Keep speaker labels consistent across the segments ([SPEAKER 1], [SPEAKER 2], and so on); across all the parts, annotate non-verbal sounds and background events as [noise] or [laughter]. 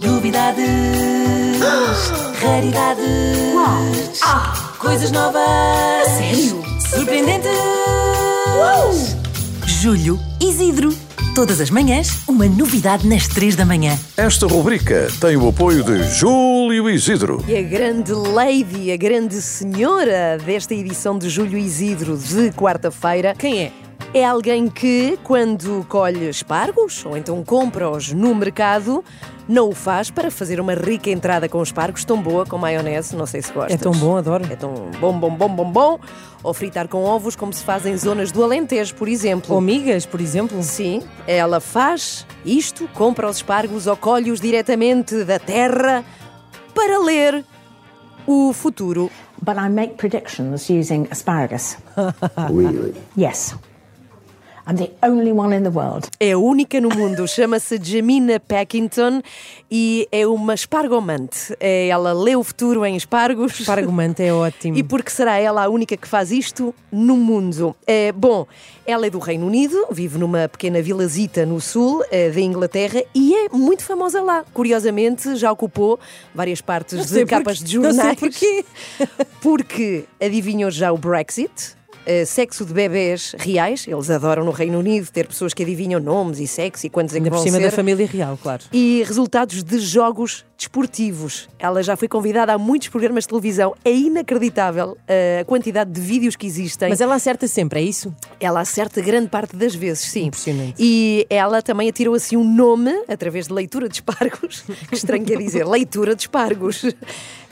[SPEAKER 1] Novidades, raridades, coisas novas,
[SPEAKER 2] sério?
[SPEAKER 1] surpreendentes.
[SPEAKER 2] Julho Isidro. Todas as manhãs, uma novidade nas três da manhã.
[SPEAKER 3] Esta rubrica tem o apoio de Júlio Isidro.
[SPEAKER 4] E a grande lady, a grande senhora desta edição de Júlio Isidro de quarta-feira
[SPEAKER 2] Quem é?
[SPEAKER 4] é alguém que, quando colhe espargos ou então compra-os no mercado, não o faz para fazer uma rica entrada com espargos tão boa com maionese, não sei se gostas.
[SPEAKER 2] É tão bom, adoro.
[SPEAKER 4] É tão bom, bom, bom, bom, bom. Ou fritar com ovos, como se faz em zonas do Alentejo, por exemplo.
[SPEAKER 2] Amigas, por exemplo?
[SPEAKER 4] Sim, ela faz isto, compra os espargos ou colhe-os diretamente da terra para ler o futuro.
[SPEAKER 5] but I make predictions using asparagus.
[SPEAKER 6] Really?
[SPEAKER 5] Yes. I'm the only one in the world.
[SPEAKER 4] É a única no mundo, chama-se Jamina Packington e é uma espargomante. É, Ela lê o futuro em espargos.
[SPEAKER 2] Espargomante é ótimo.
[SPEAKER 4] [laughs] E porque será ela a única que faz isto no mundo? É, bom, ela é do Reino Unido, vive numa pequena vilazita no sul eh, da Inglaterra e é muito famosa lá. Curiosamente, já ocupou várias partes de capas de jornais. [laughs] Porque adivinhou já o Brexit? eh, sexo de bebés reais, eles adoram no Reino Unido ter pessoas que adivinham nomes e sexo e quantos é que
[SPEAKER 2] Ainda por
[SPEAKER 4] vão
[SPEAKER 2] cima da
[SPEAKER 4] ser
[SPEAKER 2] família real, claro.
[SPEAKER 4] e resultados de jogos desportivos. Ela já foi convidada a muitos programas de televisão. É inacreditável eh, a quantidade de vídeos que existem.
[SPEAKER 2] Mas ela acerta sempre, é isso?
[SPEAKER 4] Ela acerta grande parte das vezes, sim.
[SPEAKER 2] Impressionante.
[SPEAKER 4] E ela também atirou assim um nome através de leitura de espargos. [laughs] Que estranho que é dizer, leitura de espargos.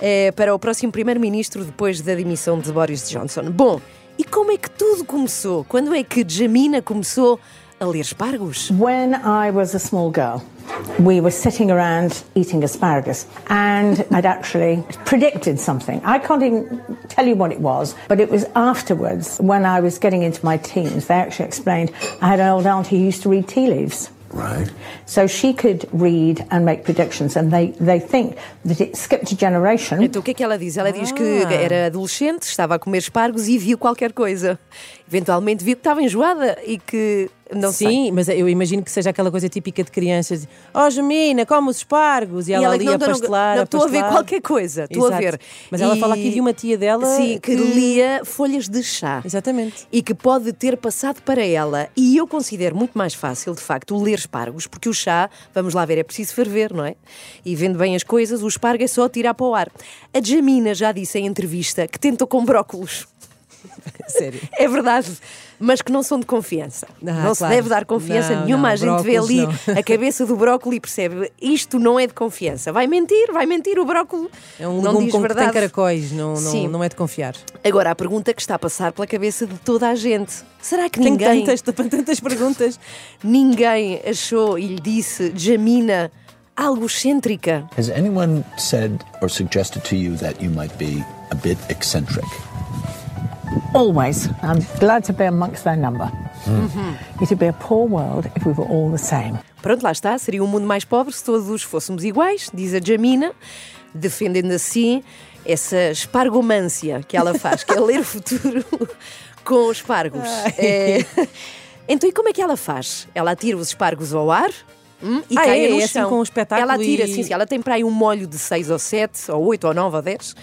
[SPEAKER 4] eh, para o próximo primeiro-ministro depois da demissão de Boris Johnson. Bom, e como é que tudo começou? Quando é que Jamina começou a ler espargos?
[SPEAKER 5] When I was a small girl, we were sitting around eating asparagus, and I'd actually predicted something. I can't even tell you what it was, but it was afterwards when I was getting into my teens. They actually explained I had an old aunt who used to read tea leaves.
[SPEAKER 6] Right.
[SPEAKER 5] So she could read and make predictions, and they, they think that it skipped a generation.
[SPEAKER 4] Então o que é que ela diz? Ela diz que
[SPEAKER 2] Ah.
[SPEAKER 4] era adolescente, estava a comer espargos e viu qualquer coisa. Eventualmente viu que estava enjoada e que não
[SPEAKER 2] Sim,
[SPEAKER 4] sei.
[SPEAKER 2] mas eu imagino que seja aquela coisa típica de crianças. Ó, oh, Gemina, come os espargos. E ela, ali
[SPEAKER 4] não,
[SPEAKER 2] a
[SPEAKER 4] não, não,
[SPEAKER 2] pastelar,
[SPEAKER 4] não, estou a ver
[SPEAKER 2] pastelar.
[SPEAKER 4] qualquer coisa, estou a
[SPEAKER 2] Exato.
[SPEAKER 4] ver.
[SPEAKER 2] Mas ela
[SPEAKER 4] E-
[SPEAKER 2] fala aqui de uma tia dela
[SPEAKER 4] Sim,
[SPEAKER 2] que-
[SPEAKER 4] que, lia folhas de chá.
[SPEAKER 2] Exatamente.
[SPEAKER 4] E que pode ter passado para ela. E eu considero muito mais fácil, de facto, ler espargos, porque o chá, vamos lá ver, é preciso ferver, não é? E vendo bem as coisas, o espargo é só tirar para o ar. A Jamina já disse em entrevista que tentou com brócolos.
[SPEAKER 2] [laughs] Sério.
[SPEAKER 4] É verdade, mas que não são de confiança.
[SPEAKER 2] Ah,
[SPEAKER 4] não se
[SPEAKER 2] claro.
[SPEAKER 4] deve dar confiança
[SPEAKER 2] Não,
[SPEAKER 4] nenhuma.
[SPEAKER 2] não,
[SPEAKER 4] a gente vê
[SPEAKER 2] brócolis
[SPEAKER 4] ali
[SPEAKER 2] não.
[SPEAKER 4] a cabeça do brócoli e percebe isto não é de confiança. Vai mentir, vai mentir. O brócoli
[SPEAKER 2] É um
[SPEAKER 4] não
[SPEAKER 2] legume
[SPEAKER 4] diz
[SPEAKER 2] com que
[SPEAKER 4] verdade.
[SPEAKER 2] tem caracóis, não, não,
[SPEAKER 4] Sim.
[SPEAKER 2] não é de confiar.
[SPEAKER 4] Agora, a pergunta que está a passar pela cabeça de toda a gente: será que
[SPEAKER 2] Tem
[SPEAKER 4] ninguém,
[SPEAKER 2] tantas, [laughs] tantas perguntas.
[SPEAKER 4] ninguém achou e lhe disse, Jamina, algo excêntrica?
[SPEAKER 6] Has anyone said or suggested to you that you might be a bit eccentric?
[SPEAKER 5] Always. I'm glad to be amongst their number. Mm-hmm. It'd be a poor world if we were all the same.
[SPEAKER 4] Pronto, lá está, seria um mundo mais pobre se todos fôssemos iguais, diz a Jamina, defendendo assim essa espargomância que ela faz, que é ler o futuro [laughs] com os espargos. É, Então, e como é que ela faz? Ela atira os espargos ao ar? hum, e
[SPEAKER 2] Ah,
[SPEAKER 4] cai
[SPEAKER 2] é?
[SPEAKER 4] no
[SPEAKER 2] É assim
[SPEAKER 4] chão.
[SPEAKER 2] com um espetáculo
[SPEAKER 4] Ela atira,
[SPEAKER 2] e-
[SPEAKER 4] sim, sim, ela tem para aí um molho de 6 ou 7, ou 8 ou 9 ou 10,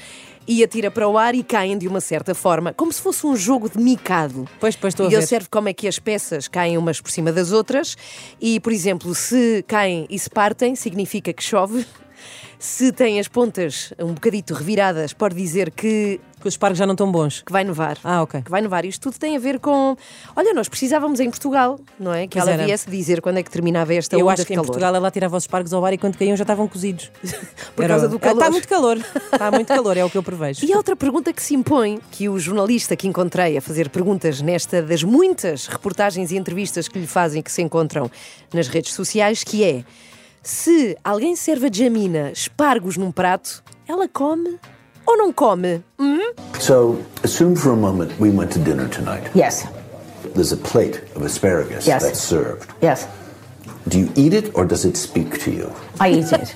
[SPEAKER 4] e atira para o ar e caem de uma certa forma, como se fosse um jogo de micado.
[SPEAKER 2] Pois, pois, estou a
[SPEAKER 4] E eu
[SPEAKER 2] ver.
[SPEAKER 4] observo como é que as peças caem umas por cima das outras e, por exemplo, se caem e se partem, significa que chove. Se têm as pontas um bocadito reviradas, pode dizer que,
[SPEAKER 2] Que os espargos já não estão bons.
[SPEAKER 4] que vai nevar.
[SPEAKER 2] Ah, ok.
[SPEAKER 4] Que vai nevar. Isto tudo tem a ver com. Olha, nós precisávamos em Portugal, não é? Que
[SPEAKER 2] Pois
[SPEAKER 4] ela
[SPEAKER 2] era.
[SPEAKER 4] viesse dizer quando é que terminava esta
[SPEAKER 2] Eu
[SPEAKER 4] onda
[SPEAKER 2] acho
[SPEAKER 4] de
[SPEAKER 2] que em
[SPEAKER 4] calor.
[SPEAKER 2] Portugal ela tirava os espargos ao ar e quando caíam já estavam cozidos. Por
[SPEAKER 4] causa do calor.
[SPEAKER 2] Está Ah, tá muito [laughs] calor. Está muito calor, é o que eu prevejo.
[SPEAKER 4] E há outra pergunta que se impõe, que o jornalista que encontrei a fazer perguntas nesta das muitas reportagens e entrevistas que lhe fazem que se encontram nas redes sociais, que é se alguém serve a Jamina espargos num prato, ela come ou não come?
[SPEAKER 6] So, assume for a moment we went to dinner tonight.
[SPEAKER 5] Yes.
[SPEAKER 6] There's a plate of asparagus
[SPEAKER 5] Yes.
[SPEAKER 6] that's served.
[SPEAKER 5] Yes.
[SPEAKER 6] Do you eat it or does it speak to you?
[SPEAKER 5] I eat it.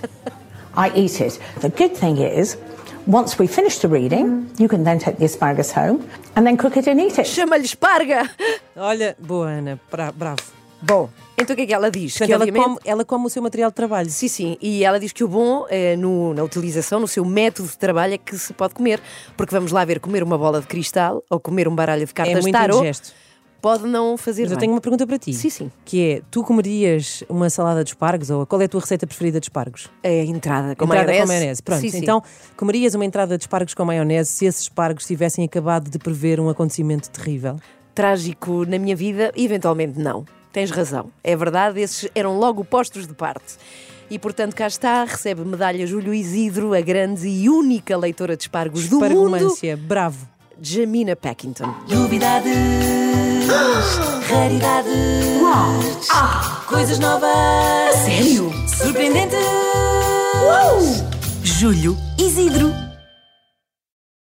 [SPEAKER 5] I eat it. The good thing is, once we finish the reading, you can then take the asparagus home and then cook it and eat it.
[SPEAKER 4] Chama-lhe esparga!
[SPEAKER 2] Olha, boa Ana, Bra- bravo.
[SPEAKER 4] Bom, então o que é que ela diz?
[SPEAKER 2] Portanto,
[SPEAKER 4] que
[SPEAKER 2] ela,
[SPEAKER 4] obviamente-
[SPEAKER 2] come, ela come o seu material de trabalho.
[SPEAKER 4] Sim, sim. E ela diz que o bom eh, no- na utilização, no seu método de trabalho, é que se pode comer. Porque vamos lá ver, comer uma bola de cristal ou comer um baralho de cartas
[SPEAKER 2] é muito
[SPEAKER 4] tarô
[SPEAKER 2] indigesto.
[SPEAKER 4] pode não fazer
[SPEAKER 2] Mas eu
[SPEAKER 4] bem.
[SPEAKER 2] tenho uma pergunta para ti.
[SPEAKER 4] Sim, sim.
[SPEAKER 2] Que é, tu comerias uma salada de espargos? Ou qual é a tua receita preferida de espargos?
[SPEAKER 4] É a entrada com
[SPEAKER 2] entrada
[SPEAKER 4] maionese.
[SPEAKER 2] com maionese. Pronto,
[SPEAKER 4] Sim, sim.
[SPEAKER 2] então comerias uma entrada de espargos com maionese se esses espargos tivessem acabado de prever um acontecimento terrível?
[SPEAKER 4] Trágico na minha vida, eventualmente não. Tens razão. É verdade, esses eram logo postos de parte. E portanto cá está, recebe medalha Júlio Isidro, a grande e única leitora de espargos do mundo,
[SPEAKER 2] Espargomância, bravo.
[SPEAKER 4] Jamina Packington. [gasps]
[SPEAKER 1] Novidades, raridades, Ah! coisas novas. sério? Surpreendentes. Julho Isidro.